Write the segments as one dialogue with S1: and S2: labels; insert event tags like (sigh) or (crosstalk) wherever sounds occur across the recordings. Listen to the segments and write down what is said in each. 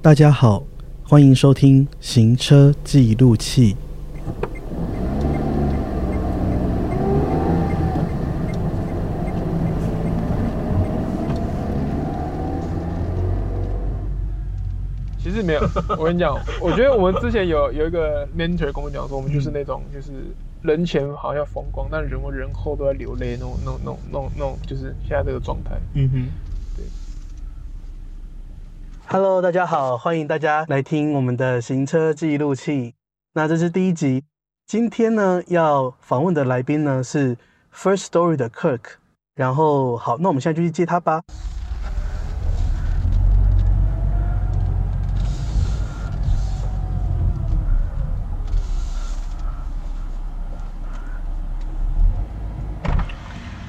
S1: 大家好，欢迎收听《行车记录器》。
S2: 其实没 (laughs) 有，我跟你讲，我觉得我们之前有有一个 mentor 跟我讲说，我们就是那种就是人前好像风光，但人人后都在流泪那种那种那种那种那种，就是现在这个状态。
S1: 嗯哼，对。Hello，大家好，欢迎大家来听我们的行车记录器。那这是第一集，今天呢要访问的来宾呢是 First Story 的 Kirk。然后好，那我们现在就去接他吧。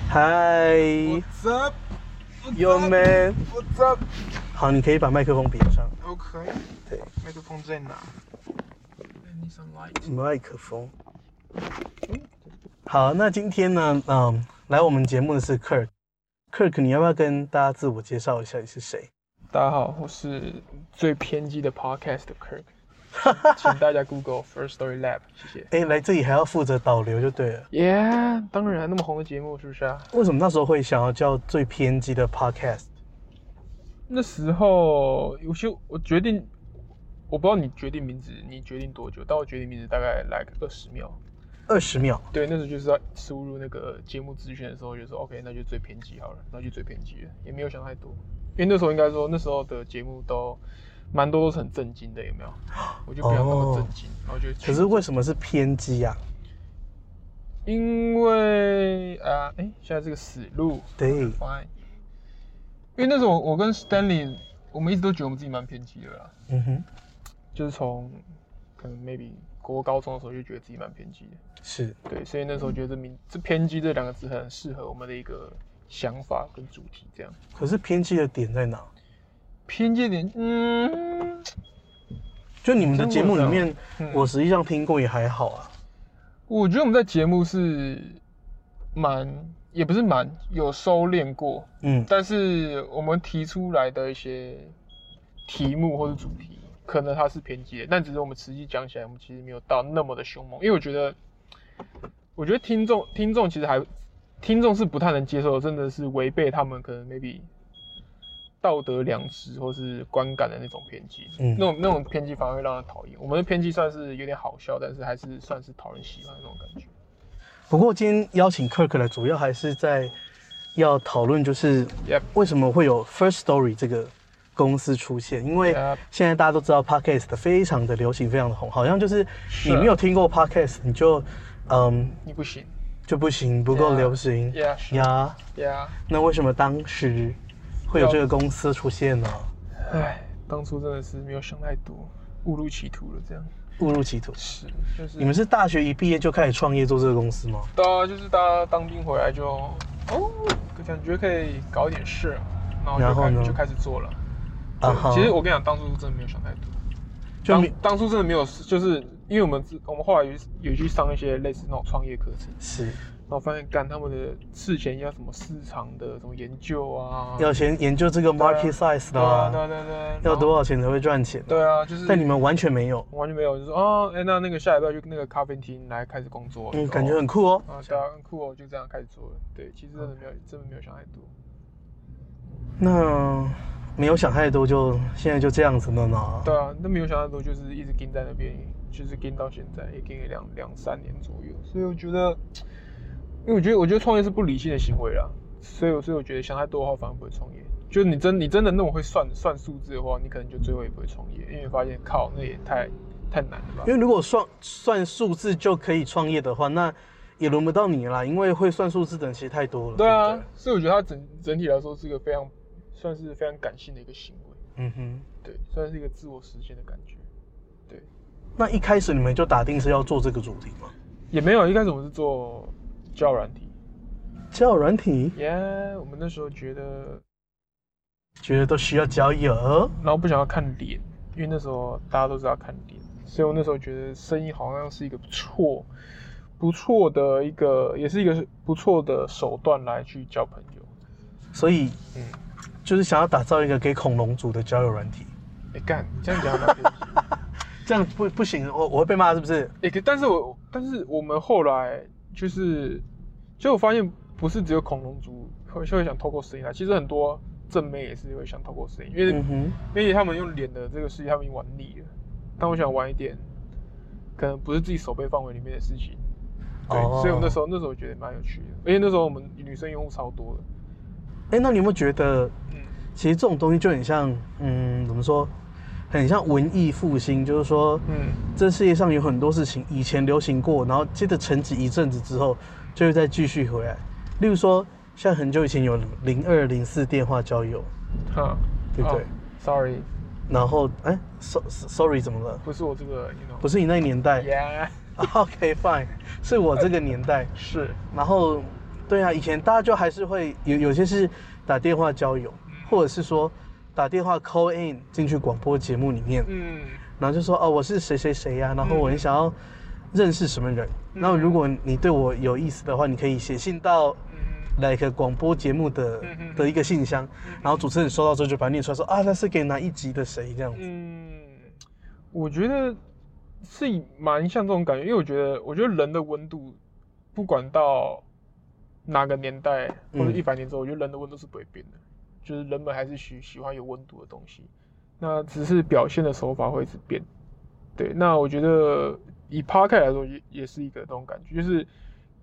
S1: 嗨
S2: What's up?
S1: ，Yo man，
S2: What's up?
S1: 好，你可以把麦克风别上。
S2: OK。
S1: 对，
S2: 麦克风在哪？need some light。
S1: 麦克风。好，那今天呢，嗯，来我们节目的是 Kirk。Kirk，你要不要跟大家自我介绍一下你是谁？
S2: 大家好，我是最偏激的 podcast 的 (laughs) Kirk，请大家 Google First Story Lab，谢谢。
S1: 哎，来这里还要负责导流就对了。
S2: Yeah，当然那么红的节目是不是啊？
S1: 为什么那时候会想要叫最偏激的 podcast？
S2: 那时候，有些我决定，我不知道你决定名字，你决定多久？但我决定名字大概来个二十秒。
S1: 二十秒，
S2: 对，那时候就是要输入那个节目资讯的时候，就说 OK，那就最偏激好了，那就最偏激了，也没有想太多，因为那时候应该说那时候的节目都蛮多都是很震惊的，有没有？我就不想那么震惊，然后就
S1: 可是为什么是偏激啊？
S2: 因为啊，哎、现在这个死路，
S1: 对，
S2: fine。因为那时候我我跟 Stanley，我们一直都觉得我们自己蛮偏激的啦。
S1: 嗯哼，
S2: 就是从可能 maybe 国高中的时候就觉得自己蛮偏激的，
S1: 是
S2: 对，所以那时候觉得这名这偏激这两个字很适合我们的一个想法跟主题这样。
S1: 可是偏激的点在哪？
S2: 偏激一点，嗯，
S1: 就你们的节目里面，
S2: 嗯
S1: 我实际上听过也还好啊。
S2: 我觉得我们在节目是蛮也不是蛮有收敛过，
S1: 嗯，
S2: 但是我们提出来的一些题目或者主题，可能它是偏激的，但只是我们实际讲起来，我们其实没有到那么的凶猛，因为我觉得，我觉得听众听众其实还听众是不太能接受的，真的是违背他们可能 maybe 道德良知或是观感的那种偏激，
S1: 嗯
S2: 那种那种偏激反而会让人讨厌。我们的偏激算是有点好笑，但是还是算是讨人喜欢的那种感觉。
S1: 不过今天邀请 Kirk 来，主要还是在要讨论就是
S2: Yep
S1: 为什么会有 First Story 这个公司出现，因为
S2: Yep
S1: 现在大家都知道 Podcast 非常的流行，非常的红，好像就是你
S2: 是
S1: 没有听过 Podcast，你就嗯
S2: 你不行
S1: 就不行，不够
S2: Yeah
S1: 流行呀。
S2: ，Yeah 是 Yeah，
S1: 那为什么当时会有这个公司出现呢？
S2: 唉，当初真的是没有想太多，误入歧途了。这样
S1: 误入歧途。
S2: 是，就是
S1: 你们是大学一毕业就开始创业做这个公司吗？
S2: 大家啊就是大家当兵回来就哦，感觉可以搞点事，然后就
S1: 然后
S2: 开
S1: 呢
S2: 就开始做了。
S1: 啊
S2: 对
S1: 哈
S2: 其实我跟你讲，当初真的没有想太多，
S1: 就
S2: 当
S1: 没
S2: 当初真的没有，就是因为我们自我们后来有有去上一些类似那种创业课程，
S1: 是
S2: 然后发现干他们的事前要什么市场的什么研究啊，
S1: 要先研究这个
S2: 对啊
S1: market size
S2: 对
S1: 的
S2: 啊
S1: 啊
S2: 对啊对啊对啊，
S1: 要多少
S2: 少？
S1: 钱才会赚钱？
S2: 对啊，就是
S1: 但你们完全没有，
S2: 完全没有，就说哦，哎、那那个下礼拜就那个咖啡厅来开始工作，
S1: 嗯，
S2: 就
S1: 感觉很嗯酷哦。
S2: 啊，对啊，很酷哦，就这样开始做了。对，其实真的没有，真的没有想太多。
S1: 那没有想太多就，现在就这样子了呢。
S2: 对啊，那没有想太多，就是一直跟在那边，就是跟到现在，也跟了两两三年左右。所以我觉得，因为我觉得，我觉得创业是不理性的行为啦，所以我所以我觉得想太多的话，反而不会创业。就是你真你真的那么会算算数字的话，你可能就最后也不会创业，因为你发现靠那也太太难了吧
S1: 因。为如果算算数字就可以创业的话，那也轮不到你啦，因为会算数字的人其实太多了。
S2: 对
S1: 对
S2: 啊
S1: 不对，
S2: 所以我觉得它整整体来说是一个非常算是非常感性的一个行为。
S1: 嗯哼。
S2: 对，算是一个自我实现的感觉。对，
S1: 那一开始你们就打定是要做这个主题吗？
S2: 也没有，一开始我们是做教软体，
S1: 交友软体，
S2: 耶、我们那时候觉得，
S1: 觉得都需要交友，
S2: 然后不想要看脸，因为那时候大家都知道看脸，所以我那时候觉得生意好像是一个不错、不错的一个，也是一个不错的手段来去交朋友。
S1: 所以
S2: 嗯，
S1: 就是想要打造一个给恐龙族的交友软体。
S2: 哎干，你这样讲蛮偏激。
S1: 这样不不行，我我会被骂是不是？
S2: 哎、可但是我但是我们后来就是，就我发现不是只有恐龙族会会想透过声音啊来，其实很多正妹也是会想透过声音，因为、
S1: 嗯哼，
S2: 因为他们用脸的这个事情他们已经玩腻了，但我想玩一点，可能不是自己手背范围里面的事情。对，
S1: 哦
S2: 所以我们那时候那时候我觉得蛮有趣的，而且那时候我们女生用户超多的，
S1: 哎、那你有没有觉得，
S2: 嗯，
S1: 其实这种东西就很像，嗯，怎么说，很像文艺复兴，就是说，
S2: 嗯，
S1: 这世界上有很多事情以前流行过，然后接着沉寂一阵子之后，就会再继续回来。例如说，像很久以前有零二零四电话交友，
S2: 哈，
S1: 对不对
S2: 哦？Sorry，
S1: 然后哎，so-，sorry 怎么了？ (laughs)
S2: 不是我这个，you know，
S1: 不是你那个年代
S2: Yeah，
S1: ，OK fine，是我这个年代。
S2: 是，
S1: 然后，对啊，以前大家就还是会有有些是打电话交友，或者是说打电话 call in 进去广播节目里面，
S2: 嗯，
S1: 然后就说哦，我是谁谁谁呀、然后我很想要认识什么人。
S2: 嗯
S1: 那如果你对我有意思的话，你可以写信到
S2: 嗯。
S1: like 广播节目的
S2: 嗯嗯嗯
S1: 的一个信箱，然后主持人收到之后就把它念出来说啊，那是给哪一集的谁这样子。
S2: 嗯，我觉得是蛮像这种感觉，因为我觉得，我觉得人的温度，不管到哪个年代或者
S1: 嗯
S2: 一百年之后，我觉得人的温度是不会变的，就是人们还是喜喜欢有温度的东西，那只是表现的手法会一直变。对，那我觉得以 p a r k 来说，也也是一个这种感觉，就是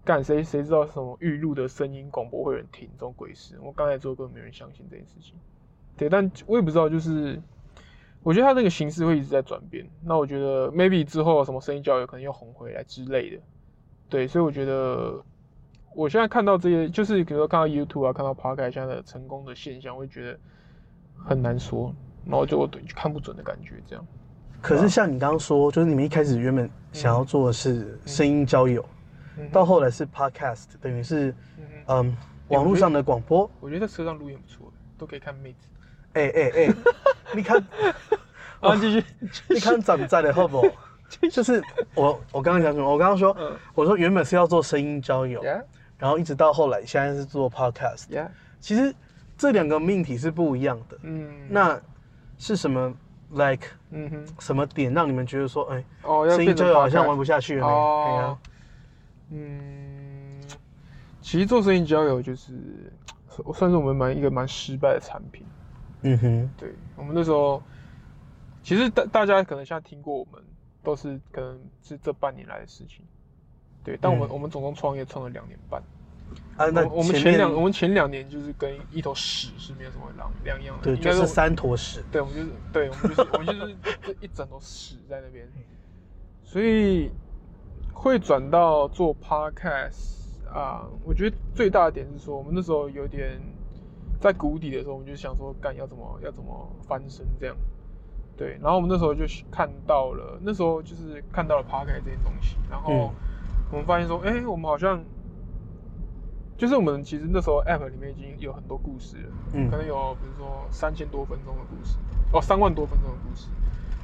S2: 干谁谁知道什么预录的声音广播会有人听这种鬼事，我刚才做过，没人相信这件事情。对，但我也不知道，就是我觉得它那个形式会一直在转变。那我觉得 maybe 之后什么声音交友可能又红回来之类的。对，所以我觉得我现在看到这些，就是比如说看到 YouTube 啊，看到 p o d c a s 现在的成功的现象，我会觉得很难说，然后就我就看不准的感觉这样。
S1: 可是像你刚刚说，就是你们一开始原本想要做的是声音交友，
S2: 嗯哼
S1: 到后来是 podcast，等于是
S2: 嗯哼
S1: 嗯网络上的广播。
S2: 我觉得在车上录音很不错，都可以看妹 (laughs) 子。
S1: 哎哎哎，你看
S2: 啊，继 (laughs) 续，
S1: 你看长在的好不
S2: (laughs)
S1: 好？就是我我刚刚讲什么？我刚刚说
S2: 嗯
S1: 我说原本是要做声音交友，
S2: ，Yeah
S1: 然后一直到后来现在是做 podcast。
S2: Yeah，
S1: 其实这两个命题是不一样的。
S2: (laughs) 嗯，
S1: 那是什么？like
S2: 嗯哼，
S1: 什么点让你们觉得说，哎，
S2: 哦，要
S1: 声音
S2: 变
S1: 交
S2: 成
S1: 友好像
S2: podcast
S1: 玩不下去了呢？哎呀
S2: 哦，嗯，其实做生意交友就是，我算是我们蛮一个蛮失败的产品。
S1: 嗯哼，
S2: 对我们那时候，其实大大家可能现在听过我们，都是可能是这半年来的事情。对，但我们、
S1: 嗯
S2: 我们总共创业创了两年半。
S1: 啊，那
S2: 我我们
S1: 前
S2: 前
S1: 面
S2: 两我们前两年就是跟一头屎是没有什么两两样的，
S1: 对
S2: 应该
S1: 就是三坨屎。
S2: 对，我们就是，对，我们就是，我们就是这一整坨屎在那边，所以会转到做 podcast 啊。我觉得最大的点是说，我们那时候有点在谷底的时候，我们就想说，干要怎么要怎么翻身这样。对，然后我们那时候就看到了，那时候就是看到了 podcast 这件东西，然后
S1: 嗯
S2: 我们发现说，哎、我们好像。就是我们其实那时候 app 里面已经有很多故事了，
S1: 嗯
S2: 可能有比如说三千多分钟的故事，哦，三万多分钟的故事，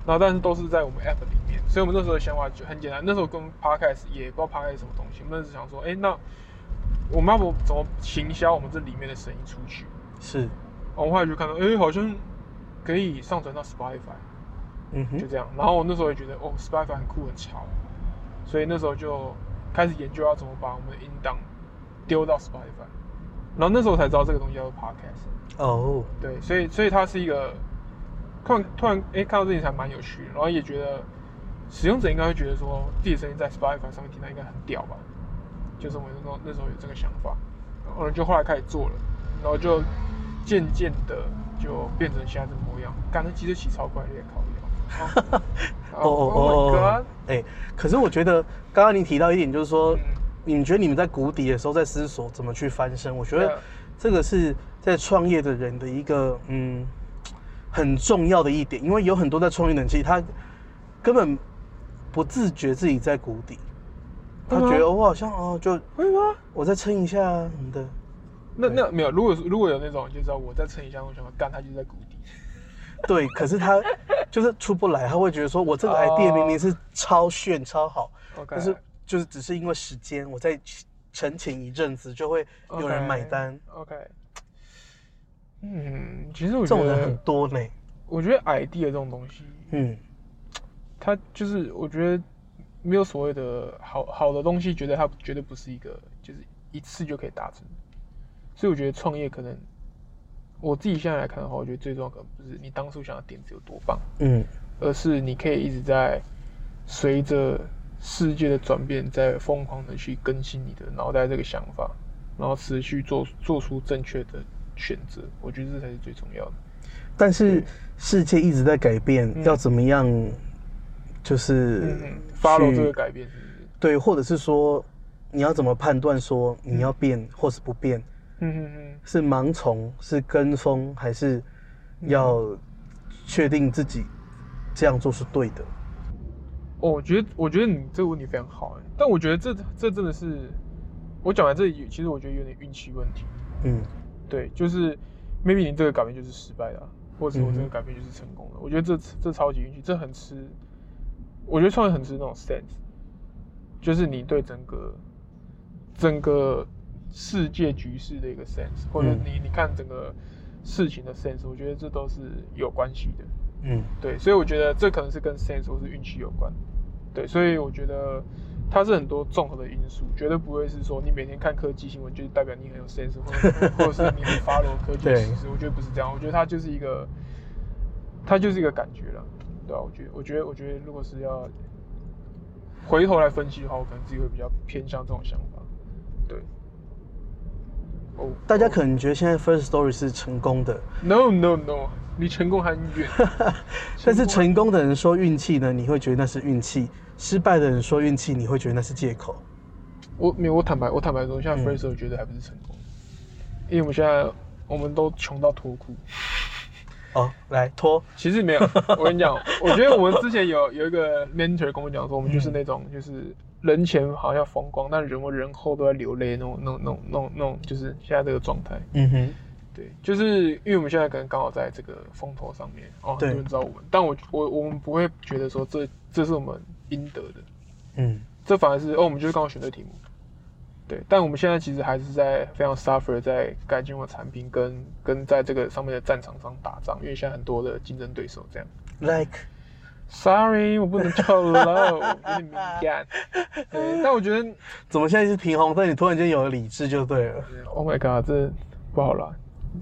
S2: 然后但是都是在我们 app 里面，所以我们那时候的想法就很简单，那时候跟 podcast 也不知道 podcast 是什么东西，我们那时候想说，哎，那我们要不怎么行销我们这里面的声音出去？
S1: 是，
S2: 我们后来就看到，哎，好像可以上传到 Spotify，
S1: 嗯
S2: 就
S1: 哼，
S2: 这样。然后我那时候也觉得，哦，Spotify 很酷很潮，所以那时候就开始研究要怎么把我们的音档丢到 Spotify。然后那时候才知道这个东西叫做 podcast。
S1: 哦，
S2: 对，所以所以它是一个突然突然哎、诶看到这里才蛮有趣的，然后也觉得使用者应该会觉得说自己的声音在 Spotify 上面听到应该很屌吧，就是我那时候那时候有这个想法，然后就后来开始做了，然后就渐渐的就变成现在这个模样，感觉骑车骑超快，有点考虑啊。
S1: 哦哦哦，哎，可是我觉得刚刚您提到一点，就是说
S2: 嗯，
S1: 你们觉得你们在谷底的时候在思索怎么去翻身，我觉
S2: 对
S1: 得
S2: 啊
S1: 这个是在创业的人的一个嗯很重要的一点，因为有很多在创业的人，其实他根本不自觉自己在谷底，他
S2: 对啊
S1: 觉得我好像哦，就
S2: 会吗？
S1: 我再撑一下啊什么的。
S2: 那那没有，如果如果有那种就知道我再撑一下，我想说干他就是在谷底。
S1: 对，可是他就是出不来，他会觉得说我这个
S2: 哦
S1: idea 明明是超炫超好，
S2: OK，
S1: 但是就是只是因为时间，我再沉潜一阵子就会有人买单。
S2: OK，, 嗯，其实我
S1: 这
S2: 觉
S1: 种人
S2: 得
S1: 很，多呢。
S2: 我觉得 idea 这种东西，
S1: 嗯
S2: 它就是我觉得没有所谓的好好的东西，觉得它绝对不是一个就是一次就可以达成的。所以我觉得创业可能我自己现在来看的话，我觉得最重要可能不是你当初想的点子有多棒，
S1: 嗯
S2: 而是你可以一直在随着世界的转变，在疯狂的去更新你的脑袋这个想法，然后持续做做出正确的选择。我觉得这才是最重要的。
S1: 但是世界一直在改变，
S2: 嗯
S1: 要怎么样，就是
S2: 嗯，follow
S1: 去
S2: 这个改变是不是？
S1: 对，或者是说你要怎么判断说你要变或是不变，
S2: 嗯哼哼，
S1: 是盲从，是跟风，还是要确定自己这样做是对的？
S2: 哦，我觉得我觉得你这个问题非常好哎，但我觉得这这真的是我讲来这里，其实我觉得有点运气问题。
S1: 嗯
S2: 对，就是 maybe 你这个改变就是失败的啊、或者是我
S1: 嗯
S2: 这个
S1: 哼
S2: 改变就是成功的。我觉得这这超级运气，这很吃，我觉得创业很吃那种 sense，就是你对整个整个世界局势的一个 sense，或者
S1: 嗯
S2: 你、你看整个事情的 sense，我觉得这都是有关系的。
S1: 嗯
S2: 对，所以我觉得这可能是跟 sense 或是运气有关。对，所以我觉得它是很多综合的因素，绝对不会是说你每天看科技新闻就是代表你很有 sense，或者或者是
S1: (laughs)
S2: 你很 follow 科技
S1: 对
S2: 趋势。我觉得不是这样，我觉得它就是一个，它就是一个感觉了，对啊，我觉得，我觉得，我觉得，如果是要回头来分析的话，我可能自己会比较偏向这种想法。对，哦，
S1: 大家
S2: 哦
S1: 可能觉得现在 First Story 是成功的， (laughs)
S2: no no no，离成功还很远。
S1: 但是成功的人说运气呢，你会觉得那是运气；失败的人说运气，你会觉得那是借口。
S2: 我没有，我坦白，我坦白说，现
S1: 嗯
S2: 在 Fraser 我觉得还不是成功，因为我们现在我们都穷到脱裤。
S1: 哦，来拖，
S2: 其
S1: (laughs)
S2: 实没有，我跟你讲，我觉得我们之前有有一个 mentor 跟我讲说，我们就是
S1: 嗯
S2: 那种就是人前好像风光，但人我人后都在流泪那种那种那种那种那种，就是现在这个状态。
S1: 嗯哼，
S2: 对，就是因为我们现在可能刚好在这个风头上面，哦，很多
S1: 对
S2: 人知道我们，但我我我们不会觉得说这这是我们应得的，
S1: 嗯
S2: 这反而是哦，我们就是刚好选对题目，对，但我们现在其实还是在非常 suffer 在改进我们的产品跟跟在这个上面的战场上打仗，因为现在很多的竞争对手这样。
S1: ，like，
S2: Sorry，我不能跳 low，有点敏感。对，但我觉得
S1: 怎么现在是平衡，但你突然间有了理智就对了。
S2: ，Oh my God，这不好啦。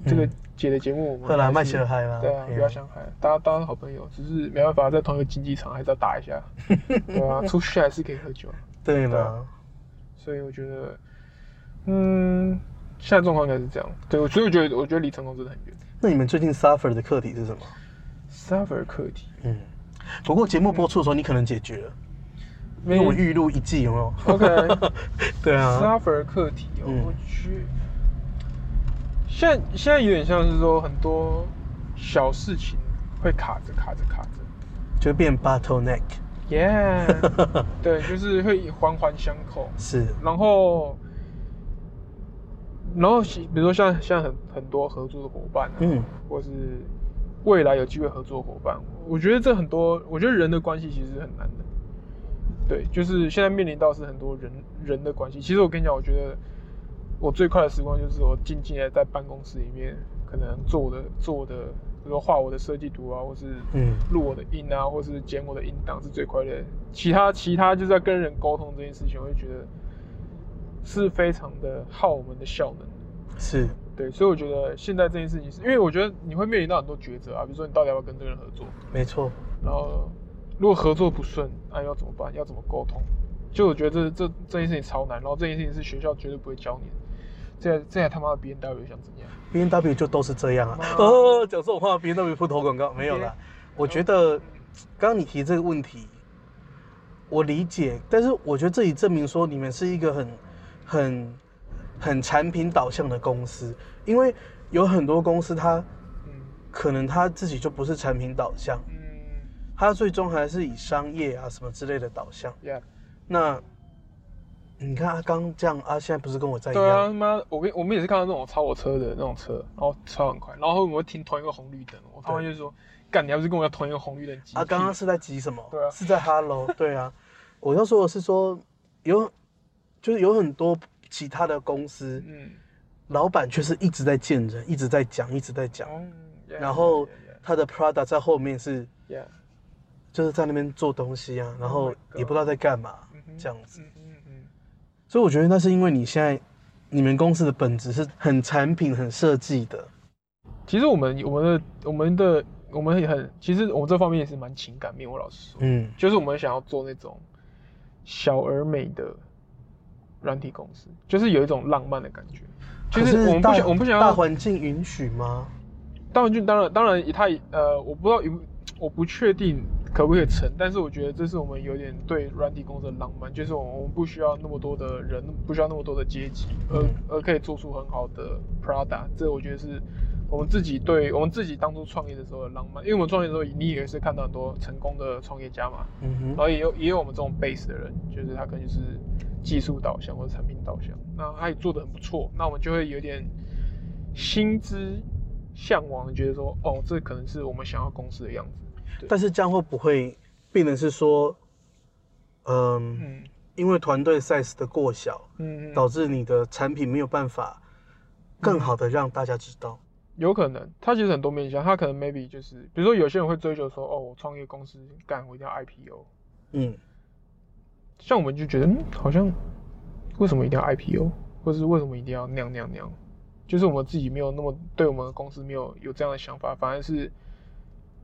S2: 这个姐的节目我们
S1: 后来
S2: 还
S1: 卖
S2: 是
S1: 起了嗨啦，
S2: 对啊，
S1: 嘿
S2: 不要想嗨，大家当然好朋友，只是没办法在同一个竞技场还是要打一下，对啊，出去还是可以喝酒。
S1: 对
S2: 对
S1: 了
S2: 啊，所以我觉得，嗯，现在状况应该是这样。对，我所以我觉得，我觉得离成功真的很远。
S1: 那你们最近 suffer 的课题是什么？
S2: suffer 课题，
S1: 嗯，不过节目播出的时候你可能解决了，因
S2: 没
S1: 为我预录一季有没有？
S2: (laughs) OK，suffer
S1: 嗯对啊，
S2: 课题哦，
S1: 嗯
S2: 我去。现在现在有点像是说很多小事情会卡着卡着卡着
S1: 就变 bottleneck，
S2: ，Yeah，对， (laughs) 就是会环环相扣。
S1: 是，
S2: 然后，然后比如说像像很很多合作的伙伴、啊，
S1: 嗯
S2: 或是未来有机会合作伙伴，我觉得这很多，我觉得人的关系其实很难的。对，就是现在面临到是很多人人的关系。其实我跟你讲，我觉得我最快的时光就是我静静的在办公室里面，可能做我的做我的，比如说画我的设计图啊，或是
S1: 嗯
S2: 录我的音啊，或是剪我的音档是最快乐的。其他其他就是在跟人沟通这件事情，我就觉得是非常的耗我们的效能的。
S1: 是，
S2: 对，所以我觉得现在这件事情是，因为我觉得你会面临到很多抉择啊，比如说你到底要不要跟这个人合作，
S1: 没错，
S2: 然后如果合作不顺，啊要怎么办？要怎么沟通？就我觉得这这这件事情超难，然后这件事情是学校绝对不会教你的。这这他妈的 B N W 想怎样？
S1: B N W 就都是这样啊
S2: 妈。
S1: 哦，讲这种话，B N W 不投广告没有啦。我觉得
S2: 嗯
S1: 刚刚你提这个问题，我理解，但是我觉得这里证明说你们是一个很、很、很产品导向的公司，因为有很多公司它
S2: 嗯
S1: 可能它自己就不是产品导向，
S2: 嗯
S1: 它最终还是以商业啊什么之类的导向。
S2: ，Yeah，
S1: 那你看他刚这样啊，现在不是跟我在一
S2: 对啊，
S1: 样？
S2: 他妈，我跟我们也是看到那种超我车的那种车，然后超很快，然后我们会停同一个红绿灯，我他妈就说，干，你还不是跟我要同一个红绿灯？急
S1: 啊，刚刚
S2: 屁
S1: 是在急什么？
S2: 对啊
S1: 是在
S2: (laughs)
S1: Hello，对啊。我要说的是说，有就是有很多其他的公司，
S2: 嗯，
S1: 老板却是一直在见人，一直在讲，一直在讲。
S2: 哦，yeah，
S1: 然后
S2: yeah，yeah，yeah
S1: 他的 Prada 在后面是
S2: Yeah，
S1: 就是在那边做东西啊，然后
S2: Oh my God
S1: 也不知道在干嘛
S2: 嗯哼
S1: 这样子。
S2: 嗯嗯嗯，
S1: 所以我觉得那是因为你现在你们公司的本质是很产品、很设计的。
S2: 其实我们我们的我们的我们也很，其实我们这方面也是蛮情感面，我老实说，
S1: 嗯
S2: 就是我们想要做那种小而美的软体公司，就是有一种浪漫的感觉。就
S1: 可
S2: 是我们不
S1: 大
S2: 想，我们不想
S1: 大
S2: 要。
S1: 环境允许吗？
S2: 当然就当然当然也，他也呃，我不知道有，我不确定可不可以成，但是我觉得这是我们有点对软体公司的浪漫，就是我们我们不需要那么多的人，不需要那么多的阶级，而
S1: 嗯
S2: 而可以做出很好的 Prada，这我觉得是我们自己对我们自己当初创业的时候的浪漫，因为我们创业的时候，你也是看到很多成功的创业家嘛，
S1: 嗯哼，
S2: 然后也有也有我们这种 base 的人，就是他可能就是技术导向或者产品导向，那他也做得很不错，那我们就会有点心之向往，觉得说哦，这可能是我们想要公司的样子。
S1: 但是这样会不会变成是说，嗯，
S2: 嗯
S1: 因为团队 size 的过小，
S2: 嗯，
S1: 导致你的产品没有办法更好的让大家知道？
S2: 有可能，他其实很多面向，他可能 maybe 就是，比如说有些人会追求说哦，我创业公司干，我一定要 IPO，
S1: 嗯，
S2: 像我们就觉得，嗯，好像为什么一定要 IPO，或是为什么一定要那样那样那样，就是我们自己没有那么对我们的公司没有有这样的想法，反而是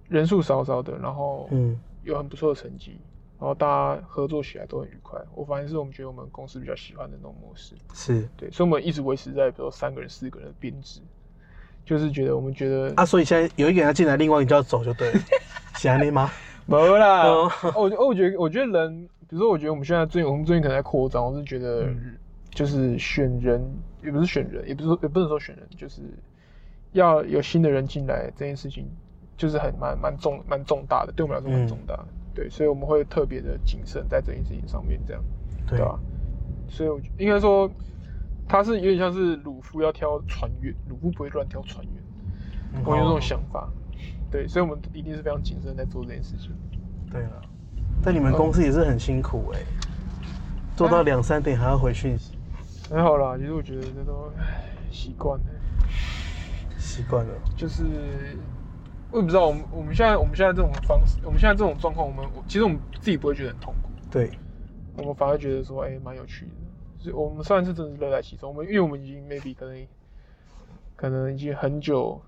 S2: 人数少少的，然后
S1: 嗯，
S2: 有很不错的成绩，然后大家合作起来都很愉快。我反而是我们觉得我们公司比较喜欢的那种模式，
S1: 是
S2: 对，所以我们一直维持在比如说三个人、四个人的编制，就是觉得我们觉得
S1: 啊，所以现在有一个人要进来，另外一个就要走就对
S2: (laughs)
S1: 了，喜安利吗？
S2: 没啦，
S1: 哦
S2: (laughs) 哦，我觉哦我觉得我觉得人，比如说我觉得我们现在最近我们最近可能在扩张，我是觉得
S1: 嗯
S2: 就是选人也不是选人，也不是说也不能说选人，就是要有新的人进来这件事情，就是很蛮蛮重蛮重大的，对我们来说
S1: 嗯
S2: 蛮重大的，对，所以我们会特别的谨慎在这件事情上面，这样对啊
S1: 对
S2: 吧、所以我觉应该说他是有点像是鲁夫要挑船员，鲁夫不会乱挑船员，
S1: 嗯
S2: 我有这
S1: 好
S2: 种想法，对，所以我们一定是非常谨慎在做这件事情。
S1: 对了，但你们公司也是很辛苦哎、做
S2: 嗯
S1: 到两三点还要回讯息，
S2: 还好啦，其实我觉得这都唉习惯了，
S1: 习惯了。
S2: 就是我也不知道，我们我们现在我们现在这种方式，我们现在这种状况，我们我其实我们自己不会觉得很痛苦，
S1: 对，
S2: 我们反而觉得说，哎、蛮有趣的。就是我们算是真的是乐在其中，我们因为我们已经 maybe 可能可能已经很久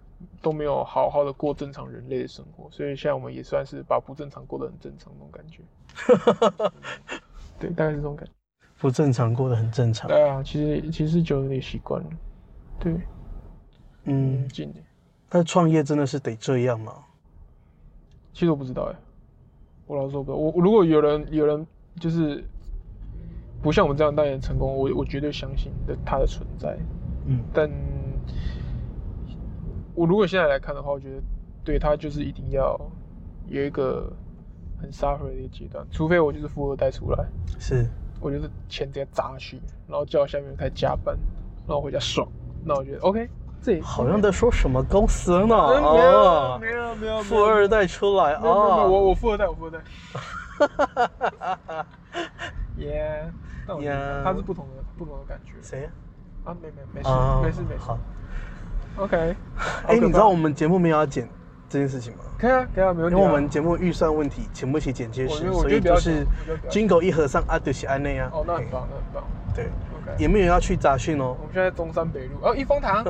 S2: 都没有好好的过正常人类的生活，所以现在我们也算是把不正常过得很正常那种感觉。对，大概是这种感觉。
S1: 不正常过得很正常。
S2: 对啊，其实其实久了也习惯了。对，嗯，
S1: 嗯，
S2: 近年。
S1: 那创业真的是得这样吗？
S2: 其实我不知道哎、我老实说不知道。我我如果有人有人就是不像我们这样代言成功，我我绝对相信的它的存在。
S1: 嗯，
S2: 但我如果现在来看的话，我觉得对它就是一定要有一个很 suffer 的一个阶段，除非我就是富二代出来，
S1: 是，
S2: 我就是钱直接砸下去，然后叫下面人开始加班，然后回家爽，那我觉得 OK，这也
S1: 好像在说什么公司呢？
S2: 嗯没有
S1: 哦
S2: 没，有没有没有
S1: 富二代出来
S2: 没有没有没有
S1: 哦。
S2: 我我富二代，我富二代。耶，但我觉得
S1: Yeah
S2: 它是不同的不同的感觉
S1: (laughs) 谁呀？
S2: 啊，没没没事
S1: 啊，
S2: 没事没事
S1: 好，
S2: ，OK。
S1: 哎，你知道我们节目没有要剪这件事情吗？
S2: 可以啊可以啊，没问
S1: 因
S2: 题
S1: 为
S2: 啊。
S1: 我们节目预算问题，请不起剪接
S2: 我觉
S1: 师，
S2: 得我
S1: 所
S2: 觉
S1: 以
S2: 得不要
S1: 就是
S2: 剪我觉得不要剪
S1: 金狗一合上啊，就是安内啊。
S2: 哦，那很棒，那很棒。
S1: 对，
S2: OK，
S1: 也没有要去杂讯哦 (laughs)
S2: 我，们现在中山北路哦，益丰堂。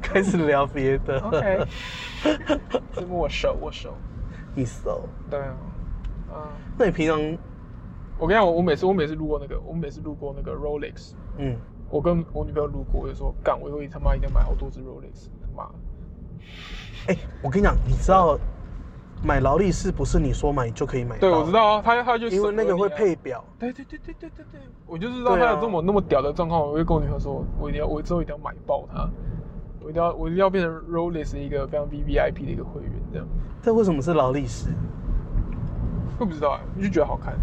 S1: 开始聊别的。
S2: (laughs) OK，这摸我手我手，
S1: 意思哦。
S2: 对啊，嗯，
S1: 那你平常，
S2: 我跟你讲，我我每次我每次路过那个，我每次路过那个 Rolex，
S1: 嗯，
S2: 我跟我女朋友路过，我就说干，我以后他妈一定要买好多只 Rolex，他妈的。
S1: 哎、我跟你讲，你知道买劳力士不是你说买就可以买到，
S2: 对，我知，道啊，他他就
S1: 因为那个会
S2: 配。
S1: 配表。
S2: 对对对对对对对，我就知道
S1: 对
S2: 他
S1: 啊
S2: 有这么、那么屌的状况，我会跟我女朋友说，我一定要，我之后一定要买爆它，我一定要，我一定要变成 Rolex 一个非常 V V I P 的一个会员，这样。
S1: 这为什么是劳力士？
S2: 我不知道哎、我就觉得好看，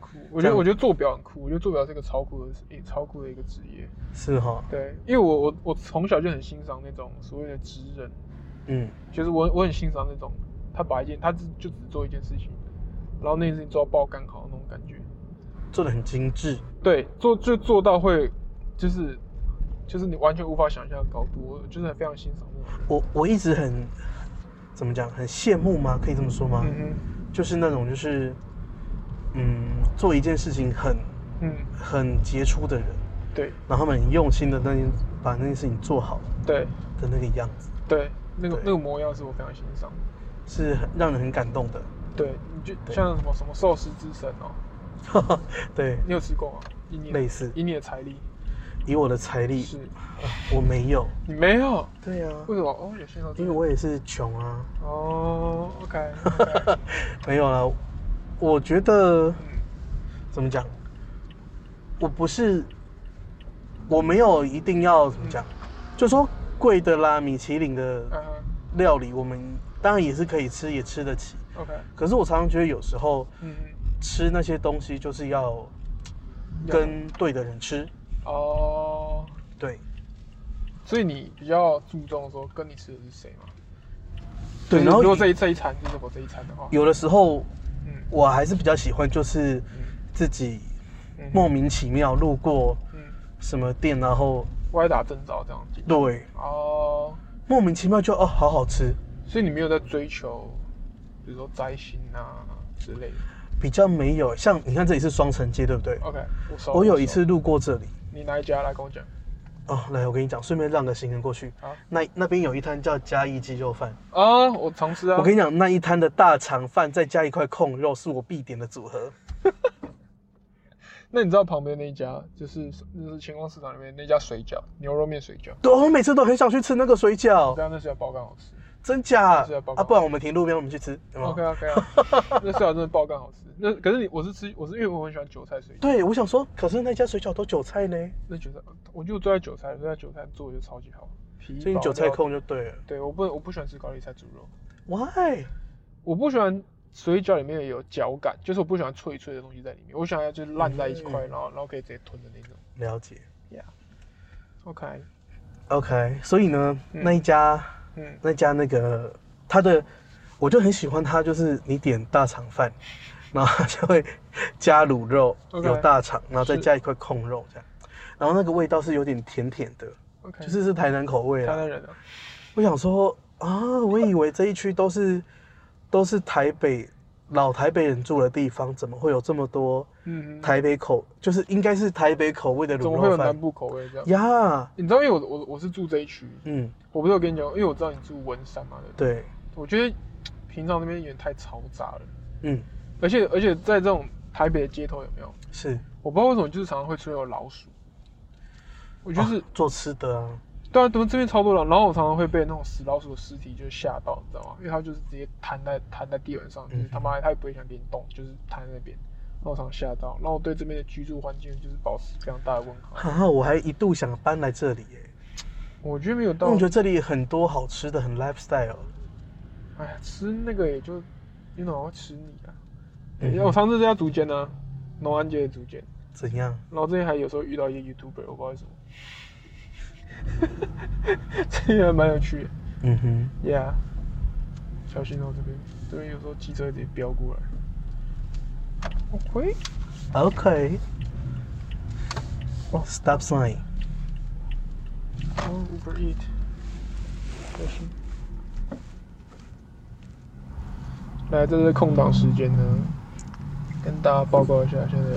S2: 酷。我
S1: 这
S2: 觉
S1: 样
S2: 得我觉得做表很酷，我觉得做表是一个超酷的，诶、超酷的一个职业。
S1: 是哈，
S2: 对，因为我我我从小就很欣赏那种所谓的职人，
S1: 嗯，
S2: 就是我我很欣赏那种他把一件他只就只做一件事情，然后那件事情做到爆干好那种感觉。
S1: 做的很精致。
S2: 对，做就做到会，就是就是你完全无法想象的高度，我就是非常欣赏那种人。
S1: 我我一直很怎么讲，很羡慕吗？可以这么说吗？
S2: 嗯哼，
S1: 就是那种就是，嗯，做一件事情很
S2: 嗯，
S1: 很杰出的人，
S2: 对
S1: 然后他们很用心的那件把那件事情做好
S2: 对
S1: 的那个样子，
S2: 对，那个
S1: 对
S2: 那个模样是我非常欣赏的。
S1: 是很让人很感动的。 (laughs)
S2: 对，你就
S1: 对
S2: 像什么什么寿司之神哦，
S1: 对，
S2: 你有吃过吗？以你的
S1: 类似
S2: 以你的财力，
S1: 以我的财力，
S2: 是
S1: 我没有。
S2: 你没有？
S1: 对啊，
S2: 为什么？哦，有些人
S1: 因为我也是穷啊。
S2: 哦，OK，, o
S1: 没有啦，我觉得
S2: k
S1: 怎么讲，我不是，我没有一定要怎么讲，就说贵的啦，米其林的
S2: (laughs) 嗯哼
S1: 料理，我们当然也是可以吃，也吃得起。
S2: ，OK，
S1: 可是我常常觉得有时候
S2: 嗯哼，
S1: 吃那些东西就是要
S2: 要
S1: 跟对的人吃，
S2: 哦，
S1: 对，
S2: 所以你比较注重说跟你吃的是谁嘛？
S1: 对，
S2: 就是
S1: 然后
S2: 如果这一这一餐就是我这一餐的话，
S1: 有的时候
S2: 嗯
S1: 我还是比较喜欢就是
S2: 嗯
S1: 自己
S2: 嗯
S1: 莫名其妙路过
S2: 嗯，
S1: 什么店，然后
S2: 歪打正着这样子。
S1: 对，
S2: 哦，
S1: 莫名其妙就哦好好吃，
S2: 所以你没有在追求，比如说摘星啊之类的。
S1: 比较没有像你看这里是双城街对不对？
S2: OK，我收。
S1: 我有一
S2: 收
S1: 次，路过这里，
S2: 你哪一家来跟我讲？
S1: 哦，来我跟你讲，顺便让个行人过去
S2: 好。
S1: 那那边有一摊叫嘉义鸡肉饭，
S2: 啊，我常吃啊。
S1: 我跟你讲，那一摊的大肠饭再加一块控肉是我必点的组合。
S2: 那你知道旁边那一家就是就是晴光市场里面那家水饺，牛肉面水饺，
S1: 对，我每次都很想去吃那个水饺，
S2: 对啊，那水饺爆干好吃。
S1: 真假
S2: 是啊包括
S1: 啊？不然我们停路边，我们去吃，有吗
S2: OK OK 啊，那水饺真的爆干好吃。那可是你我是吃我是因为我很喜欢韭菜水饺，
S1: 对，我想说，可是那家水饺都韭菜呢，
S2: 那韭菜我就最爱韭菜，最爱韭菜做的就超级好。皮
S1: 所以你
S2: 薄
S1: 韭菜
S2: 料。
S1: 控就对了。
S2: 对，我不我不喜欢吃高丽菜猪肉，
S1: Why？
S2: 我不喜欢水饺里面有嚼感，就是我不喜欢脆脆的东西在里面，我想要就是烂在一
S1: 嗯
S2: 块，然后然后可以直接吞的那种。
S1: 了解。
S2: OK，
S1: OK，所以呢，
S2: 嗯
S1: 那一家
S2: 嗯，
S1: 那家那个他的，我就很喜欢他，就是你点大肠饭，然后他就会加卤肉
S2: OK
S1: 有大肠，然后再
S2: 是
S1: 加一块控肉这样，然后那个味道是有点甜甜的，
S2: OK，
S1: 就是是台南口味
S2: 嗯台
S1: 啦。
S2: 南人啊，
S1: 我想说啊，我以为这一区都是都是台北老台北人住的地方，怎么会有这么多
S2: 嗯，
S1: 台北口？就是应该是台北口味的
S2: 怎么
S1: 卤
S2: 会有
S1: 肉
S2: 南
S1: 饭
S2: 部口味这样？
S1: 呀？
S2: 你知道，因为我我我是住这一区，
S1: 嗯，
S2: 我不是有跟你讲，因为我知道你住文山嘛，对不对？
S1: 对，
S2: 我觉得平常那边有点太嘈杂了，
S1: 嗯，
S2: 而且而且在这种台北的街头有没有？
S1: 是。
S2: 我不知道为什么就是常常会出现有老鼠，我就是、
S1: 啊做吃的啊，
S2: 对啊，怎么这边超多老，然后我常常会被那种死老鼠的尸体就是吓到，你知道吗？因为它就是直接瘫在瘫在地板上，就是
S1: 嗯
S2: 他妈的它也不会想给你动，就是瘫在那边，然后我常常吓到，然后我对这边的居住环境就是保持非常大的问
S1: (laughs)
S2: 号。
S1: 哈、啊，我还一度想搬来这里耶，
S2: 我觉得没有到
S1: 但我，觉得这里很多好吃的，很 lifestyle。
S2: 哎呀，吃那个也就，你怎么吃你啊？
S1: 嗯
S2: 我上次在家竹间呢，农安街的竹间，
S1: 怎样？
S2: 然后之前还有时候遇到一些 YouTuber，我不知道为什么， (laughs) 这也还蛮有趣的。
S1: 嗯哼，
S2: Yeah，小心哦，这边这边有时候机车直接飙过来。OK，
S1: OK。
S2: 哦
S1: s t o p sign。
S2: 哦，Uber Eat，小心。来，这是空档时间呢，跟大家报告一下现在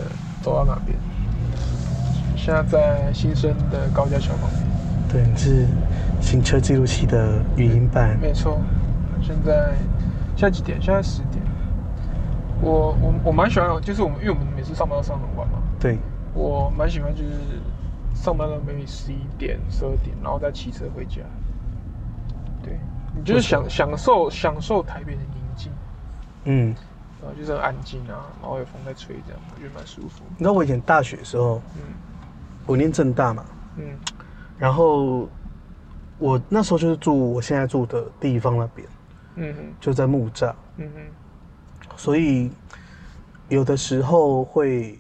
S2: 走到哪边。现在在新生的高架桥旁边。
S1: 对，你是行车记录器的语音版。
S2: 没错，现在现在几点？现在十点。我我我蛮喜欢，哦就是我们因为我们每次上班都上很晚嘛，
S1: 对，
S2: 我蛮喜欢就是上班到 maybe 十一点十二点，然后再骑车回家。对，你就是享享受享受台北的宁静，
S1: 嗯，
S2: 然后就是很安静啊，然后有风在吹，这样我觉得蛮舒服。
S1: 你知道我以前大学的时候，
S2: 嗯
S1: 我念正大嘛，
S2: 嗯
S1: 然后我那时候就是住我现在住的地方那边，
S2: 嗯哼
S1: 就在木栅，
S2: 嗯哼
S1: 所以有的时候会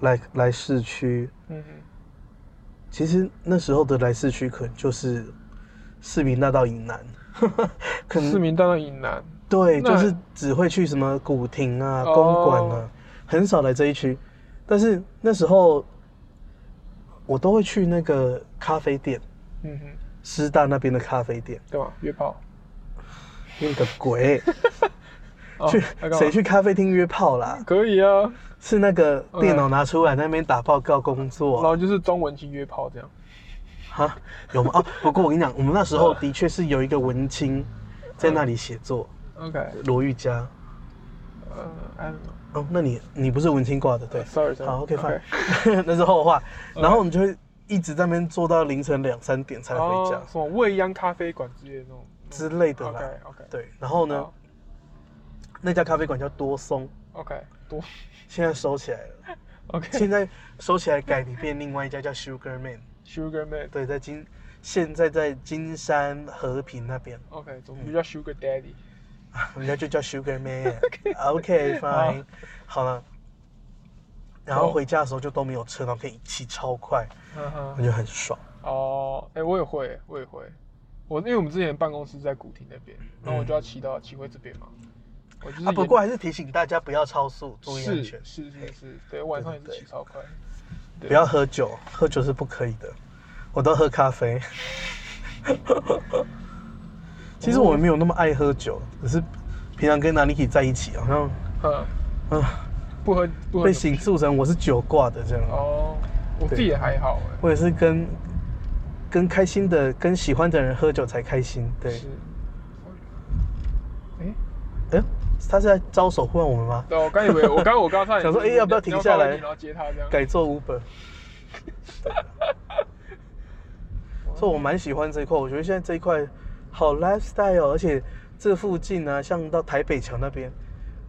S1: 来来市区，
S2: 嗯哼
S1: 其实那时候的来市区可能就是市民大道以南， (laughs) 可
S2: 市
S1: 能
S2: 民大道以南，
S1: 对，
S2: 那
S1: 就是只会去什么古亭啊、
S2: 哦
S1: 公馆啊，很少来这一区。但是那时候我都会去那个咖啡店，
S2: 嗯哼，
S1: 师大那边的咖啡店，
S2: 对吧？约炮，
S1: 你个
S2: (laughs)
S1: 鬼！
S2: 哦
S1: 去
S2: 要干嘛
S1: 谁去咖啡厅约炮啦？
S2: 可以啊，
S1: 是那个
S2: OK
S1: 电脑拿出来在那边打报告工
S2: 然
S1: 作
S2: 后就是中文去约炮这样。
S1: 哈？有吗？哦，不过我跟你讲，我们那时候的确是有一个文青在那里写作，
S2: OK，
S1: 罗玉佳。
S2: 呃，I don't know，
S1: 哦，那你你不是文青挂的对
S2: 呃？，sorry，
S1: 好，OK fine，那 (laughs) 是后话。然后我们就会一直在那边坐到凌晨两三点才回家
S2: 哦，什么未央咖啡馆之类的那种
S1: 之类的啦。
S2: OK OK，
S1: 对，然后呢，
S2: 哦
S1: 那家咖啡馆叫多松，
S2: ？OK，多
S1: (laughs) 现在收起来了。
S2: OK，Sugar
S1: 现在收起来改名变另外一家叫 Sugar Man，
S2: Man。
S1: 对，在金现在在金山和平那边，
S2: OK，总
S1: 嗯
S2: 之叫 Sugar Daddy。
S1: 人家就叫 Sugar Man。OK fine，好了。然后
S2: 哦
S1: 回家的时候就都没有车，然后可以骑超快，
S2: 嗯
S1: 我
S2: 哼。
S1: 就很爽。
S2: 哦，哎，我也会，我也会。我因为我们之前办公室在古亭那边，然后我就要骑到骑回这边嘛。我就是
S1: 嗯啊，
S2: 沿
S1: 不过还是提醒大家不要超速，注意安
S2: 是
S1: 全，
S2: 是是是，对，晚上也是
S1: 对对
S2: 骑超快。对
S1: 不要喝酒，喝酒是不可以的。我都喝咖啡。 (laughs) 其实我们没有那么爱喝酒，只是平常跟 Naniki 在一起，好像
S2: 嗯，
S1: 啊
S2: 不喝不喝
S1: 被
S2: 酒
S1: 形塑成我是酒挂的这样。
S2: 哦，我自己也还好哎。
S1: 我也是跟跟开心的、跟喜欢的人喝酒才开心。对
S2: 是，。哎，
S1: 哎、他是在招手呼唤我们吗？
S2: 对，我刚以为我刚我刚差点
S1: 想说哎要不要
S2: 你
S1: 停下来
S2: 你然后接他这样。
S1: 改做
S2: (laughs)
S1: Uber。所以我蛮喜欢这一块，我觉得现在这一块好 lifestyle，哦而且这附近呢、像到台北桥那边，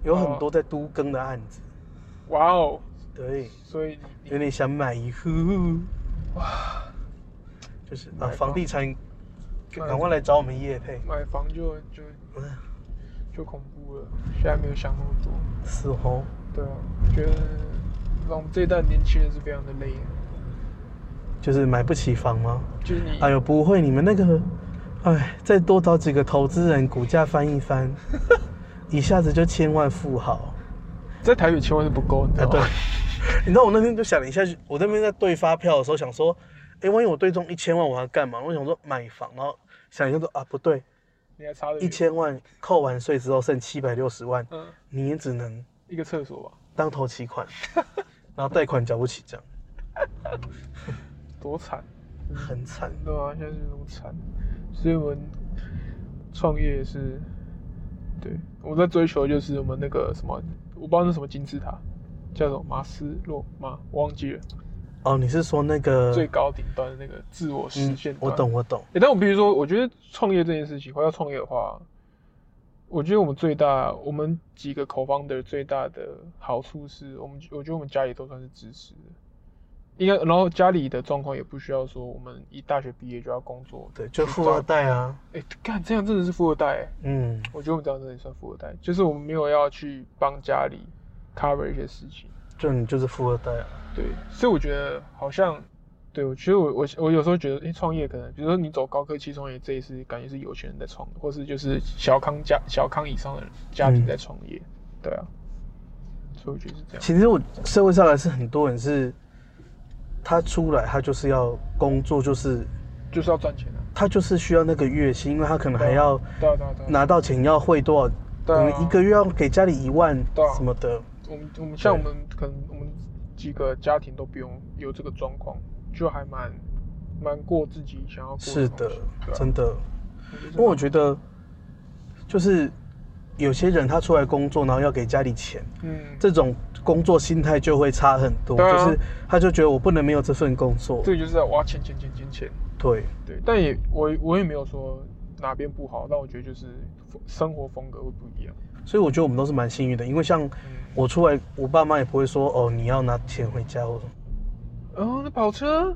S1: 有很多在都更的案子，
S2: 哇哦，
S1: 对，
S2: 所以你
S1: 有点想买一户，
S2: 哇，
S1: 就是
S2: 买
S1: 啊，
S2: 房嗯
S1: 房地产，
S2: 买
S1: 赶快来找我们业配，
S2: 买房就就
S1: 嗯，
S2: 就恐怖了，现在没有想那么多。
S1: 是哦，
S2: 对啊，我觉得让我们这一代年轻人是非常的累，
S1: 就是买不起房吗？
S2: 就是你，
S1: 哎呦，不会，你们那个，哎，再多找几个投资人，股价翻一 (laughs) 翻，一下子就千万富豪。
S2: 在台北千万是不够，你知
S1: 啊，
S2: 道
S1: 对
S2: 吗？，
S1: 你知道我那天就想了一下，我那边在对发票的时候想说，哎、万一我对中一千万，我要干嘛？我想说买房，然后想一下说啊，不对，
S2: 你还差了
S1: 一，千万扣完税之后剩七百六十万，
S2: 嗯，
S1: 你也只能
S2: 一个厕所吧，
S1: 当头期 (laughs) 款，然后贷款缴不起，这样
S2: 多惨，
S1: 很惨。
S2: 对啊，现在是那么惨，所以我们创业也是，对，我在追求的就是我们那个什么，我不知道那什么金字塔，叫什么马斯洛马，我忘记了，
S1: 哦，你是说那个嗯
S2: 最高顶端的那个自我实现、
S1: 我懂，我懂。
S2: 欸、但我必须说，我觉得创业这件事情，或要创业的话，我觉得我们最大，我们几个口方的最大的好处是我们，我觉得我们家里都算是支持的，应该，然后家里的状况也不需要说我们一大学毕业就要工作，
S1: 对，就富二代啊，
S2: 哎、干这样真的是富二代、欸，
S1: 嗯，
S2: 我觉得我们这样真的算富二代，就是我们没有要去帮家里 cover 一些事情。
S1: 就你就是富二代啊。
S2: 对，所以我觉得好像，对我其实我我我有时候觉得，诶，创业可能，比如说你走高科技创业这一次，感觉是有钱人在创，或是就是小康家小康以上的人家庭在创
S1: 嗯
S2: 业，对啊，所以我觉得是这样，
S1: 其实我社会上还是很多人是，他出来他就是要工作，就是
S2: 就是要赚钱啊，
S1: 他就是需要那个月薪，因为他可能还要
S2: 对啊对啊对啊，
S1: 拿到钱要汇多少，可
S2: 对啊
S1: 能一个月要给家里一万
S2: 对啊
S1: 什么的，
S2: 我们我们像我
S1: 对
S2: 们可能我们几个家庭都不用有这个状况，就还蛮蛮过自己想要过
S1: 是
S2: 东
S1: 的
S2: 西，对啊，
S1: 真的。因为
S2: 我
S1: 我
S2: 觉得
S1: 觉得，就是有些人他出来工作，然后要给家里钱，
S2: 是嗯，
S1: 这种工作心态就会差很多，
S2: 对啊
S1: 就是他就觉得我不能没有这份工作，
S2: 这个就是在挖钱钱钱钱钱。
S1: 对，
S2: 对，但也我我也没有说哪边不好，但我觉得就是风生活风格会不一样。
S1: 所以我觉得我们都是蛮幸运的，因为像
S2: 嗯，
S1: 我出来，我爸妈也不会说哦你要拿钱回家或什么
S2: 哦，那跑车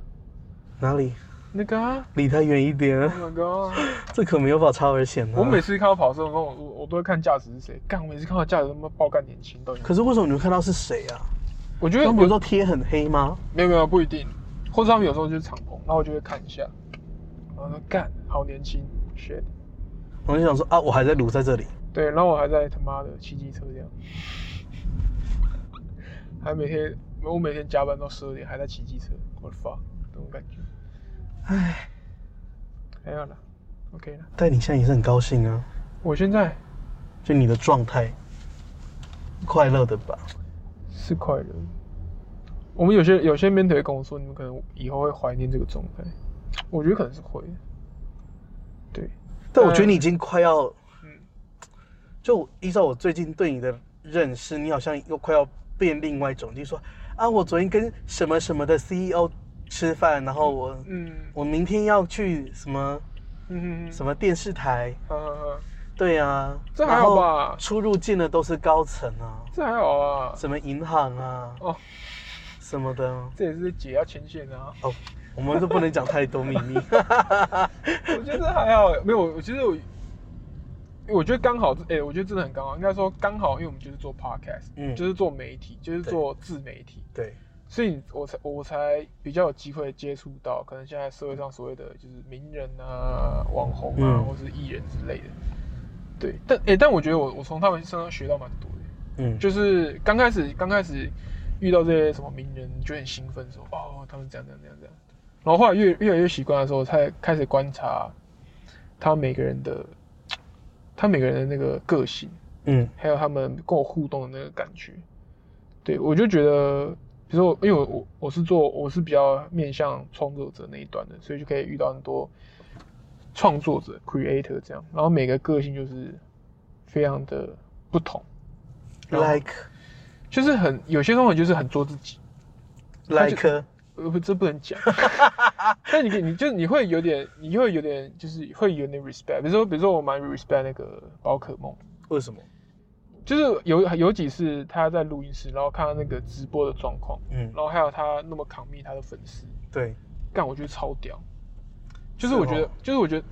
S1: 哪里
S2: 那个啊
S1: 离他远一点
S2: ，Oh
S1: 啊，
S2: my
S1: (laughs)
S2: god！
S1: 这可没有保超危险啊。
S2: 我每次看到跑车，我跟我我我都会看驾驶是谁，干，我每次看到驾驶他妈爆干年轻到底。
S1: 可是为什么你们看到是谁啊？
S2: 我觉得
S1: 他
S2: 有
S1: 们有时候贴很黑吗？
S2: 没有没有不一定，或者他们有时候就是敞篷，然后我就会看一下，然后说干，好年轻，shit。
S1: 我就想说啊，我还在卤在这里，
S2: 对，然后我还在他妈的骑机车这样， (laughs) 还每天我每天加班到十二点还在骑机车，我的 fuck，这种感觉，唉，还好啦，OK 啦，
S1: 但你现在也是很高兴啊。
S2: 我现在
S1: 就你的状态，快乐的吧？
S2: 是快乐。我们有些有些 mentor 会跟我说，你们可能以后会怀念这个状态，我觉得可能是会。对，
S1: 但我觉得你已经快要，
S2: 嗯，
S1: 就依照我最近对你的认识，你好像又快要变另外一种，就是说啊，我昨天跟什么什么的 CEO 吃饭，然后我
S2: 嗯
S1: 我明天要去什么
S2: 嗯
S1: 什么电视台，
S2: 嗯嗯，
S1: 对啊，
S2: 这还好吧
S1: 然后出入境的都是高层啊，
S2: (laughs) 这还好啊。
S1: 什么银行啊
S2: 哦，
S1: 什么的，
S2: 这也是解要牵线啊。
S1: 哦，我们都不能讲太多秘
S2: (laughs)
S1: 密。
S2: 我觉得还好，没有，我其实我，我觉得刚好，哎、我觉得真的很刚好，应该说刚好，因为我们就是做 podcast，
S1: 嗯
S2: 就是做媒体，就是
S1: 对
S2: 做自媒体，
S1: 对，
S2: 所以我才我才比较有机会接触到，可能现在社会上所谓的就是名人啊、网红啊，
S1: 嗯
S2: 或是艺人之类的。对，但哎、但我觉得我我从他们身上学到蛮多的，
S1: 嗯，
S2: 就是刚开始刚开始遇到这些什么名人，你就很兴奋说哦，他们这样这样这样这样，然后后来越越来越习惯的时候，才开始观察他每个人的他每个人的那个个性，
S1: 嗯
S2: 还有他们跟我互动的那个感觉。对我就觉得，比如说我，因为我我我是做我是比较面向创作者那一端的，所以就可以遇到很多创作者 creator 这样，然后每个个性就是非常的不同，然后
S1: ，like
S2: 就是很有些东西就是很做自己，他就
S1: like，
S2: 呃不这不能讲， (laughs) 但你可以你就你会有点你会有点就是会有点 respect，比如说比如说我蛮 respect 那个宝可梦。
S1: 为什么？
S2: 就是有有几次他在录音室，然后看到那个直播的状况，
S1: 嗯
S2: 然，后还有他那么扛密他的粉丝，
S1: 对，
S2: 干我觉得超屌。就是
S1: 是
S2: 我觉得，
S1: 哦
S2: 就是我觉得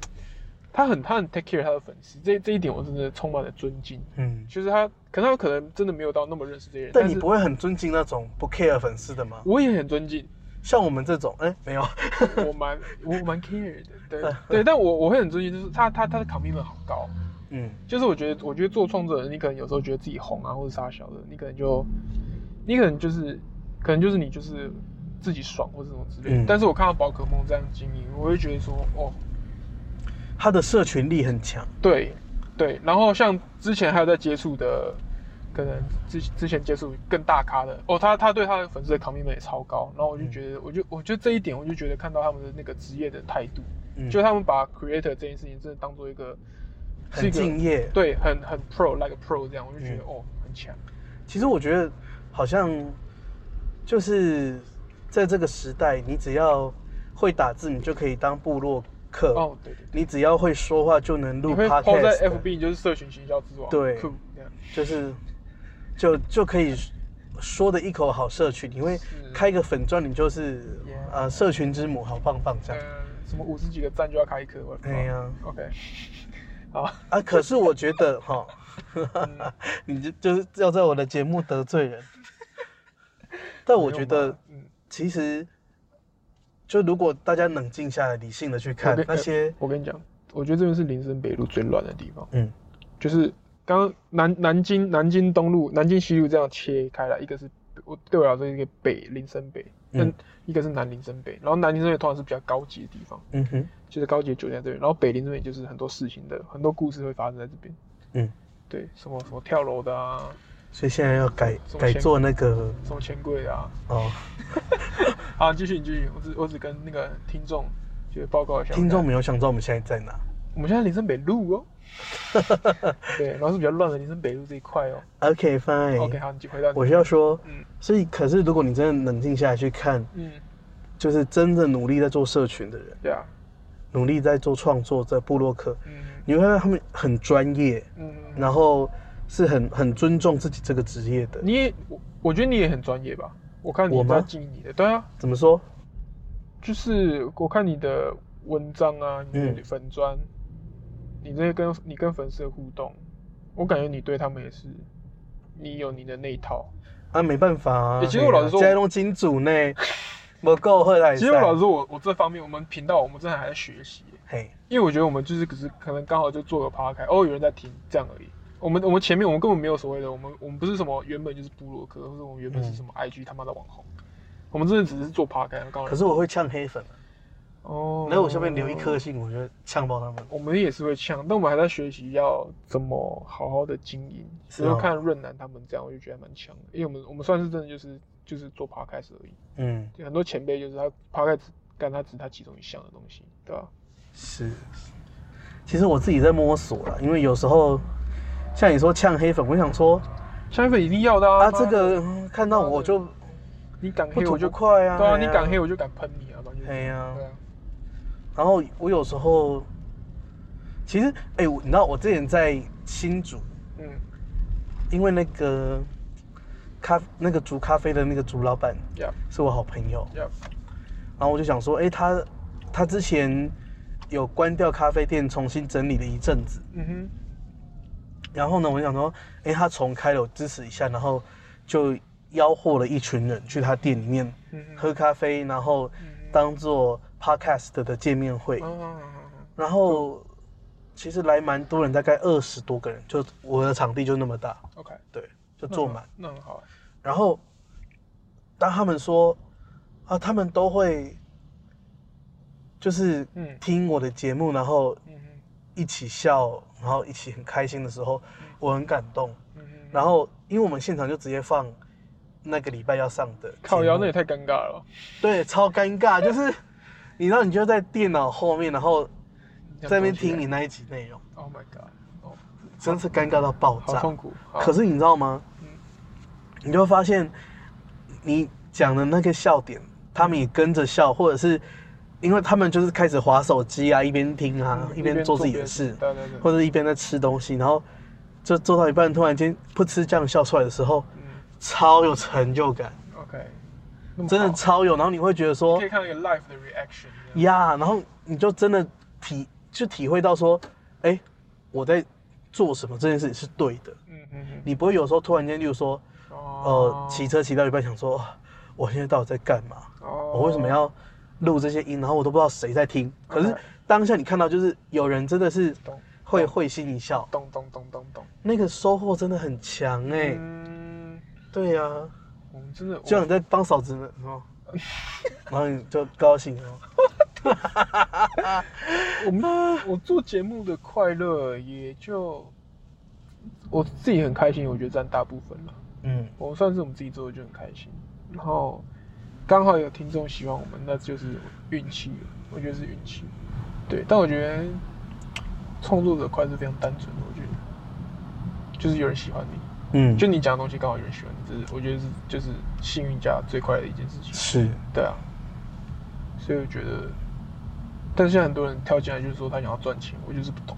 S2: 他很他很 take care 他的粉丝，这这一点我真的充满了尊敬。
S1: 嗯，
S2: 就是他，可能他可能真的没有到那么认识这些人，
S1: 但你
S2: 是
S1: 不会很尊敬那种不 care 粉丝的吗？
S2: 我也很尊敬，
S1: 像我们这种，哎，没有，
S2: (laughs) 我蛮我蛮 care 的，对对，但我我会很尊敬，就是他他他的 commitment 好高，
S1: 嗯，
S2: 就是我觉得，我觉得做创作人，你可能有时候觉得自己红啊，或者啥小的，你可能就，你可能就是，可能就是你就是自己爽或者什么之类的。
S1: 嗯
S2: 但是我看到宝可梦这样经营，我会觉得说，哦，
S1: 他的社群力很强，
S2: 对，对。然后像之前还有在接触的，可能之之前接触更大咖的，哦，他他对他的粉丝的 commitment 也超高。然后我就觉得，我就我觉得这一点，我就觉得看到他们的那个职业的态度，
S1: 嗯，
S2: 就他们把 creator 这件事情真的当做一个，是
S1: 很
S2: 一个
S1: 敬业。嗯
S2: 对，很很 pro like a pro 这样，我就觉得、哦，很强。
S1: 其实我觉得好像就是在这个时代，你只要会打字，你就可以当部落客，
S2: 哦，对对对，
S1: 你只要会说话就能
S2: 你
S1: 呃录
S2: 会抛在
S1: podcast，
S2: FB，你就是社群行销之王，
S1: 对
S2: 酷这样
S1: 就是就就可以说的一口好社群，你会
S2: 是
S1: 开个粉钻，你就是
S2: Yeah
S1: 呃社群之母，好棒棒这样。
S2: 呃，什么五十几个赞就要开一颗，我的妈
S1: 对呀 (laughs)
S2: OK，好，
S1: 啊，可是我觉得 (laughs) 哈，
S2: 嗯
S1: 你就就是要在我的节目得罪人。但我觉
S2: 没有
S1: 得
S2: 嘛嗯，
S1: 其实，就如果大家冷静下来、理性的去看
S2: 我跟
S1: 那些，
S2: 我跟你讲，我觉得这边是林森北路最乱的地方，
S1: 嗯
S2: 就是刚刚南南京南京东路、南京西路这样切开来，一个是我对我来说一个北林森北，嗯
S1: 嗯，
S2: 一个是南林森北，然后南林森北通常是比较高级的地方，
S1: 嗯哼，
S2: 就是高级的酒店在这边，然后北林这边就是很多事情的，很多故事会发生在这边，
S1: 嗯，
S2: 对，什么什么跳楼的啊，
S1: 所以现在要改
S2: 首先
S1: 改做那个
S2: 什么钱柜的啊，
S1: 哦，
S2: 好，继续，你继续。我只我只跟那个听众就是报告一下。
S1: 听众，没有想知道我们现在在哪
S2: 我们现在林森北路哦。 (laughs) 对，然后是比较乱的林森北路这一块哦。
S1: ？OK fine。
S2: OK，好，你回到你
S1: 我是要说，
S2: 嗯
S1: 所以可是如果你真的冷静下来去看，
S2: 嗯，
S1: 就是真的努力在做社群的人，
S2: 对啊，
S1: 努力在做创作在部落客，
S2: 嗯
S1: 你会发现他们很专业，
S2: 嗯，
S1: 然后是很很尊重自己这个职业的。
S2: 你也我我觉得你也很专业吧？我看你
S1: 我吗
S2: 在经营你的，对啊，
S1: 怎么说？
S2: 就是我看你的文章啊，你的
S1: 嗯
S2: 粉砖，你这些跟你跟粉丝的互动，我感觉你对他们也是，你有你的那一套。
S1: 啊，没办法啊。
S2: 欸其实我老实说
S1: 家用金主呢，我够会来。
S2: 其实我老实，说，我我这方面我们频道我们真的还在学习耶。
S1: 嘿，
S2: 因为我觉得我们就是只是可能刚好就做个 p 开，哦，有人在听这样而已。我们我们前面我们根本没有所谓的，我们我们不是什么原本就是部落客，或者我们原
S1: 嗯
S2: 本是什么 IG 他妈的网红，我们真的只是做 p 开，刚好
S1: 可是我会呛黑粉啊、
S2: 哦，
S1: 然后我下面留一颗星，我就呛爆他们。
S2: 我们也是会呛，但我们还在学习要怎么好好的经营。
S1: 是
S2: 只
S1: 哦
S2: 要看润南他们这样，我就觉得还蛮强的，因为我们我们算是真的就是就是做 podcast 而已。
S1: 嗯，
S2: 对很多前辈就是他 podcast 干他只是他其中一项的东西，对吧、
S1: 是。其实我自己在摸索了，因为有时候像你说呛黑粉，我想说
S2: 香粉一定要的啊！
S1: 啊，
S2: 妈
S1: 这个
S2: 的
S1: 嗯看到我就
S2: 你敢
S1: 不
S2: 黑
S1: 吐
S2: 我就
S1: 不快啊。
S2: 对啊，
S1: 哎
S2: 你
S1: 呀
S2: 敢黑我就敢喷你啊，反正就是
S1: 哎呀
S2: 对啊，
S1: 然后我有时候，其实哎、我你知道我之前在新竹，
S2: 嗯，
S1: 因为那个咖那个煮咖啡的那个煮老板
S2: 呀
S1: 是我好朋友，
S2: 呀，
S1: 然后我就想说，哎、他他之前有关掉咖啡店，重新整理了一阵子，
S2: 嗯哼，
S1: 然后呢，我就想说，哎、他重开了，我支持一下，然后就吆喝了一群人去他店里面
S2: 嗯哼，
S1: 喝咖啡，然后
S2: 嗯
S1: 当做 podcast 的见面会，
S2: 啊啊啊啊啊
S1: 然后其实来蛮多人，大概二十多个人，就我的场地就那么大，
S2: ，OK，
S1: 对，就坐满。
S2: 那很好，
S1: 然后当他们说啊，他们都会就是
S2: 嗯
S1: 听我的节目，然后
S2: 那很好嗯哼，
S1: 一起笑，然后一起很开心的时候，我很感动。
S2: 嗯哼，
S1: 然后因为我们现场就直接放那个礼拜要上的节目，
S2: 靠腰那也太尴尬了吧，
S1: 对，超尴
S2: (laughs)
S1: 尬，就是你知道你就在电脑后面，然后在那边听你那一集内容，
S2: ，Oh my god，哦，
S1: 真是尴尬到爆
S2: 好
S1: 炸。
S2: 痛苦，好
S1: 可是你知道吗
S2: 嗯？
S1: 你就会发现，你讲的那个笑点，他们也跟着笑，或者是因为他们就是开始划手机啊，一边听啊，
S2: 嗯
S1: 一边做自己的
S2: 一
S1: 事
S2: 边，做别的事对对对，
S1: 或者一边在吃东西，然后就做到一半，突然间噗嗤这样笑出来的时候，
S2: 嗯
S1: 超有成就感，
S2: ，OK，那么
S1: 真的
S2: 好
S1: 超有。然后你会觉得说
S2: 可以看到一个 live 的 reaction，这样
S1: 呀，然后你就真的体就体会到说，哎、我在做什么这件事情是对的。
S2: 嗯嗯嗯，
S1: 你不会有时候突然间，例如说，
S2: 哦
S1: 呃，骑车骑到一半想说，哦我现在到底在干嘛？
S2: 哦
S1: 我为什么要录这些音？然后我都不知道谁在听。可是
S2: OK
S1: 当下你看到，就是有人真的是
S2: 懂
S1: 会会心一笑，
S2: 咚咚咚咚咚？
S1: 那个收获真的很强哎、
S2: 嗯，
S1: 对呀、啊，
S2: 我们真的
S1: 就像你在帮嫂子们 (laughs) 哦，然后你就高兴哦。
S2: 我们我做节目的快乐也就我自己很开心，我觉得占大部分了。
S1: 嗯，
S2: 我算是我们自己做的就很开心，然后刚好有听众喜欢我们，那就是运气了，我觉得是运气。对，但我觉得创作者的快乐是非常单纯的，我觉得就是有人喜欢你，
S1: 嗯，
S2: 就你讲的东西刚好有人喜欢你，这是我觉得是就是幸运家最快乐的一件事情。
S1: 是
S2: 对啊，所以我觉得，但是现在很多人跳进来就是说他想要赚钱，我就是不懂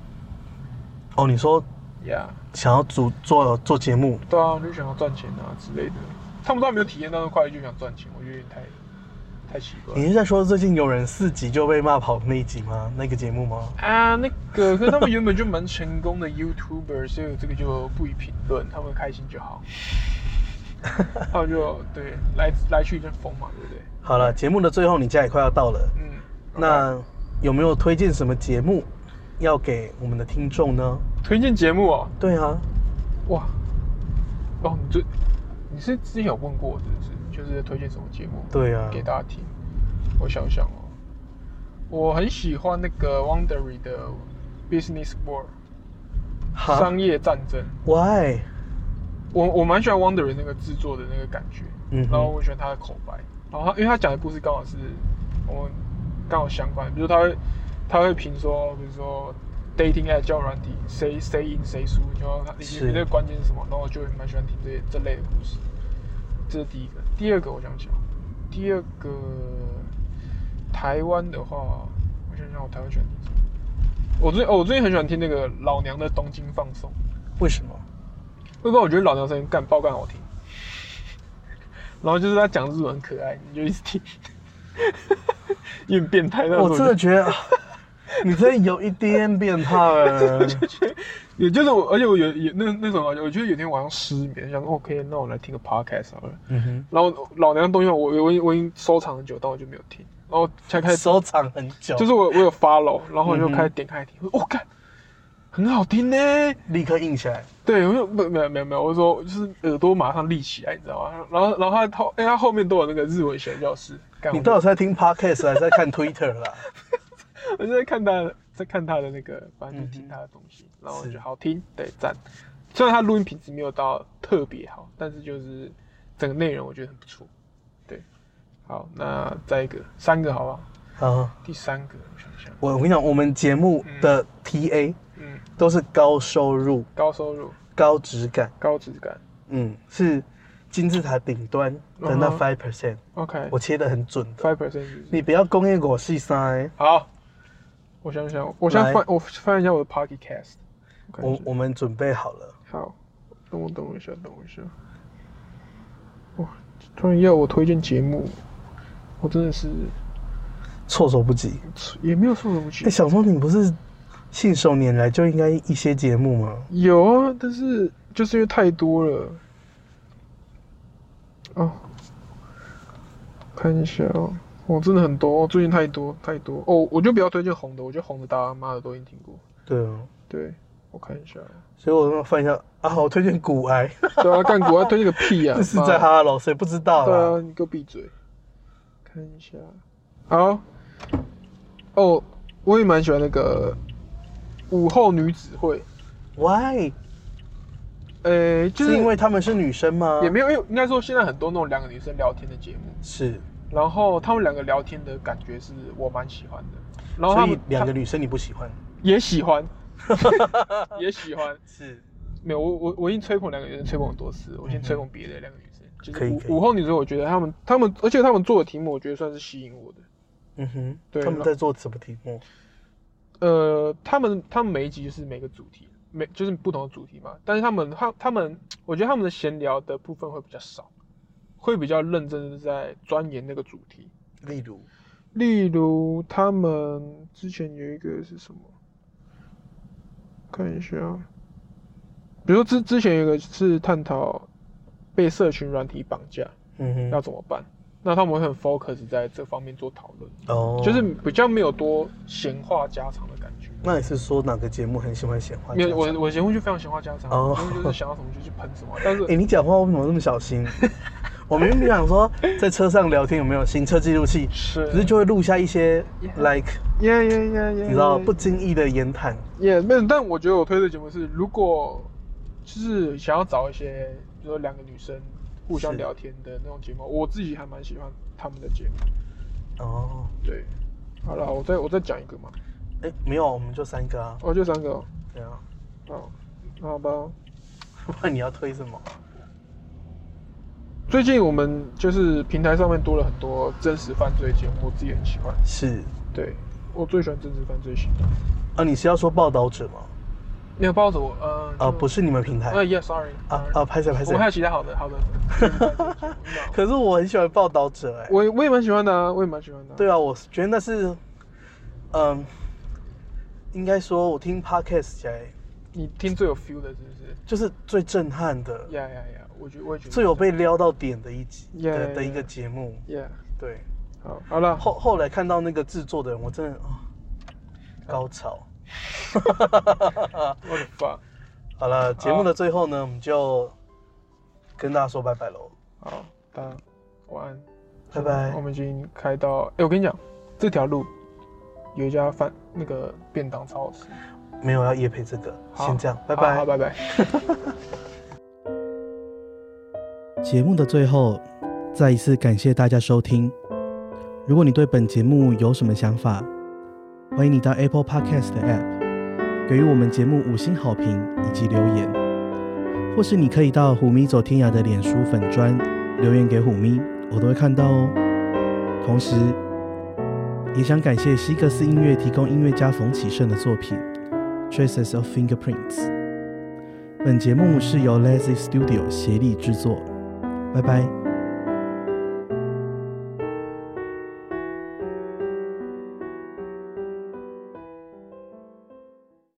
S1: 哦。你说
S2: 呀
S1: 想要主做做节目，
S2: 对啊，就想要赚钱啊之类的。他们都还没有体验到那快乐就想赚钱，我觉得有点太太奇怪
S1: 你是在说最近有人四集就被骂跑那一集吗？那个节目吗？
S2: 啊。那个，可是他们原本就蛮成功的 YouTuber，所以这个就不予评论，他们开心就 (laughs) 好。他们就对来来去一阵风嘛，对不对？
S1: 好了，节目的最后，你家也快要到了，
S2: 嗯，
S1: 那有没有推荐什么节目要给我们的听众呢？
S2: 推荐节目哦，
S1: 对啊，
S2: 哇，哦，你这你是之前有问过，是不是？就是推荐什么节目？
S1: 对啊
S2: 给大家听。我想想哦，我很喜欢那个 Wondery 的 Business War
S1: 哈
S2: 商业战争，
S1: ，Why？
S2: 我我蛮喜欢 Wondery 那个制作的那个感觉，
S1: 嗯哼
S2: 然后我喜欢他的口白，然后他因为他讲的故事刚好是我们刚好相关，比如他会他会评说，比如说 dating app 交友软体谁谁赢谁输，然后他你
S1: 是
S2: 你这个关键是什么，然后我就蛮喜欢听这这类的故事，这是第一个，第二个我想想，第二个台湾的话，我想想我台湾喜欢听什么，我最哦我最近很喜欢听那个老娘的东京放送。
S1: 为什么？
S2: 会不会我觉得老娘声音干爆干好听？然后就是他讲日文很可爱，你就一直听，有点变态。但是
S1: 啊我真的觉得 (laughs) 你真的有一点变态啊 (laughs) 了。
S2: 也就是我，而且我有也那那种，啊我觉得有一天晚上失眠，想说 OK，那我来听个 podcast 好了。
S1: 嗯
S2: 然后老娘的东西我我我已经我已经收藏很久，但我就没有听。然后才开
S1: 哼，
S2: 始，
S1: (laughs) 收藏很久，
S2: 就是我我有 follow，然后我就
S1: 哦嗯哼
S2: 开始点开来听，我说哦干、很好听呢。
S1: 立刻印起来。
S2: 对，我就没没有没有没有，我说就是耳朵马上立起来，你知道吗？然后然后他后，哎、他后面都有那个日文小教室，干
S1: 你
S2: 我
S1: 到底是在听 podcast 还是在看 Twitter (laughs) 啦？
S2: 我就在看他的，在看他的那个，反正就听
S1: 嗯哼
S2: 他的东西，然后我觉
S1: 是
S2: 得好听，对，赞。虽然他录音品质没有到特别好，但是就是整个内容我觉得很不错。对，好，那再一个，三个好不好？
S1: 好，
S2: 第三个，我想想，
S1: 我我跟你讲，我们节目的 TA
S2: 嗯，
S1: 都是高收入、
S2: 高收入、
S1: 高质感，
S2: 高质感
S1: 嗯，是金字塔顶端的那
S2: 嗯哼
S1: five percent，
S2: ，OK，
S1: 我切的很准的。
S2: five percent，
S1: 你不要工业果细塞，
S2: 好。我想想，我先
S1: 来
S2: 翻，我翻一下我的 Pocket Cast，看一
S1: 我
S2: 下
S1: 我们准备好了。
S2: 好，等我等我一下，等我一下。哇，突然要我推荐节目，我真的是
S1: 措手不及。
S2: 也没有说什么去
S1: 哎、。小松，你不是信手拈来就应该一些节目吗？
S2: 有啊，但是就是因为太多了。哦，看一下哦，我真的很多，哦最近太多太多哦，我就不要推荐红的，我觉得红的大家妈的都已经听过。
S1: 对哦，
S2: 对，我看一下哦，
S1: 所以我要翻一下啊，我推荐骨 (laughs) 癌，
S2: 对啊，干国要推荐个屁呀、啊！
S1: 这 (laughs) 是
S2: 妈
S1: 在
S2: 的
S1: 哈喽，谁不知道
S2: 对啊，
S1: 啦？
S2: 你给我闭嘴。看一下，好。哦，我也蛮喜欢那个午后女子会，
S1: ，Why？
S2: 诶、就是
S1: 是因为他们是女生吗？
S2: 也没有，因为应该说现在很多那种两个女生聊天的节目，
S1: 是，
S2: 然后她们两个聊天的感觉是我蛮喜欢的，然
S1: 所
S2: 后她
S1: 以
S2: 们
S1: 两个
S2: 她
S1: 女生你不喜欢？
S2: 也喜欢， (laughs) 也喜欢。
S1: 是，
S2: 没有，我我我已经吹捧两个女生吹捧很多次了，我先吹捧别的两个女生，就
S1: 嗯可
S2: 是
S1: 以
S2: 午
S1: 可以
S2: 午后女生，我觉得她们她们，而且她们做的题目，我觉得算是吸引我的。
S1: 嗯哼，
S2: 对
S1: 他们在做什么题目？
S2: 呃，他们他们每一集就是每个主题，每就是不同的主题嘛。但是他们他他们，我觉得他们的闲聊的部分会比较少，会比较认真的在钻研那个主题。
S1: 例如，
S2: 例如，他们之前有一个是什么？看一下啊，比如说之之前有一个是探讨被社群软体绑架
S1: 嗯
S2: 要
S1: 哼，
S2: 怎么办，那他们会很 focus 在这方面做讨论，
S1: 哦，
S2: 就是比较没有多闲话家常的感觉。
S1: 那你是说哪个节目很喜欢闲话家常？
S2: 没有，我我节目就非常闲话家常，
S1: 哦
S2: 我节目就是想到什么就去喷什么，但是
S1: 哎、你讲话为什么那么小
S2: (laughs)
S1: 心？我明明想说在车上聊天有没有行车记录器，
S2: 是
S1: 可是就会录下一些 like，
S2: 耶耶耶耶，
S1: 你知道不经意的言谈。
S2: 也没有，但我觉得我推的节目是，如果就是想要找一些，比如说两个女生互相
S1: 是
S2: 聊天的那种节目，我自己还蛮喜欢他们的节目。
S1: 哦，
S2: 对，好了，我再我再讲一个嘛，
S1: 哎、没有，我们就三个啊。
S2: 哦，就三个哦，
S1: 对啊， (laughs)
S2: 好，好吧。
S1: 不然你要推什么？
S2: 最近我们就是平台上面多了很多真实犯罪节目，我自己很喜欢。
S1: 是
S2: 对，我最喜欢真实犯罪型的。
S1: 啊，你是要说报道者吗？
S2: 没有抱着我，呃，
S1: 啊，
S2: 就
S1: 不是你们平台
S2: 呃，Yeah，sorry
S1: 啊啊，拍谁拍
S2: 我
S1: 谁
S2: 们还？有其他好的好
S1: (laughs)
S2: 嗯的，
S1: 可是我很喜欢报道者哎、
S2: 嗯我也我也蛮喜欢的啊，我也蛮喜欢的、啊。
S1: 对啊，我觉得那是，嗯，应该说我听 podcast 起来
S2: 你听最有 feel 的是不是？
S1: 就是最震撼的，
S2: 呀呀呀！我觉我也觉得
S1: 最有被撩到点的一集
S2: Yeah,
S1: 的
S2: yeah,
S1: 的一个
S2: yeah.
S1: 节目。
S2: 呀。
S1: 对，
S2: 好，好了，
S1: 后后来看到那个制作的人，我真的啊、高潮。
S2: 我的发，
S1: 好
S2: 啊
S1: 了，节目的最后呢，我们就跟大家说拜拜喽，
S2: 好，大家晚安。
S1: 拜拜
S2: 我。们已经开到，哎、我跟你讲，这条路有一家饭那个便当超好吃。
S1: 没有要夜配这个，
S2: 好
S1: 先这样，拜
S2: 好
S1: 拜
S2: 好，。拜拜。
S1: 节目的最后，再一次感谢大家收听。如果你对本节目有什么想法，欢迎你到 Apple Podcast 的 App 给予我们节目五星好评以及留言，或是你可以到虎咪走天涯的脸书粉砖留言给虎咪，我都会看到哦。同时，也想感谢西格斯音乐提供音乐家冯启胜的作品《Traces of Fingerprints》。本节目是由 Lazy Studio 协力制作。拜拜。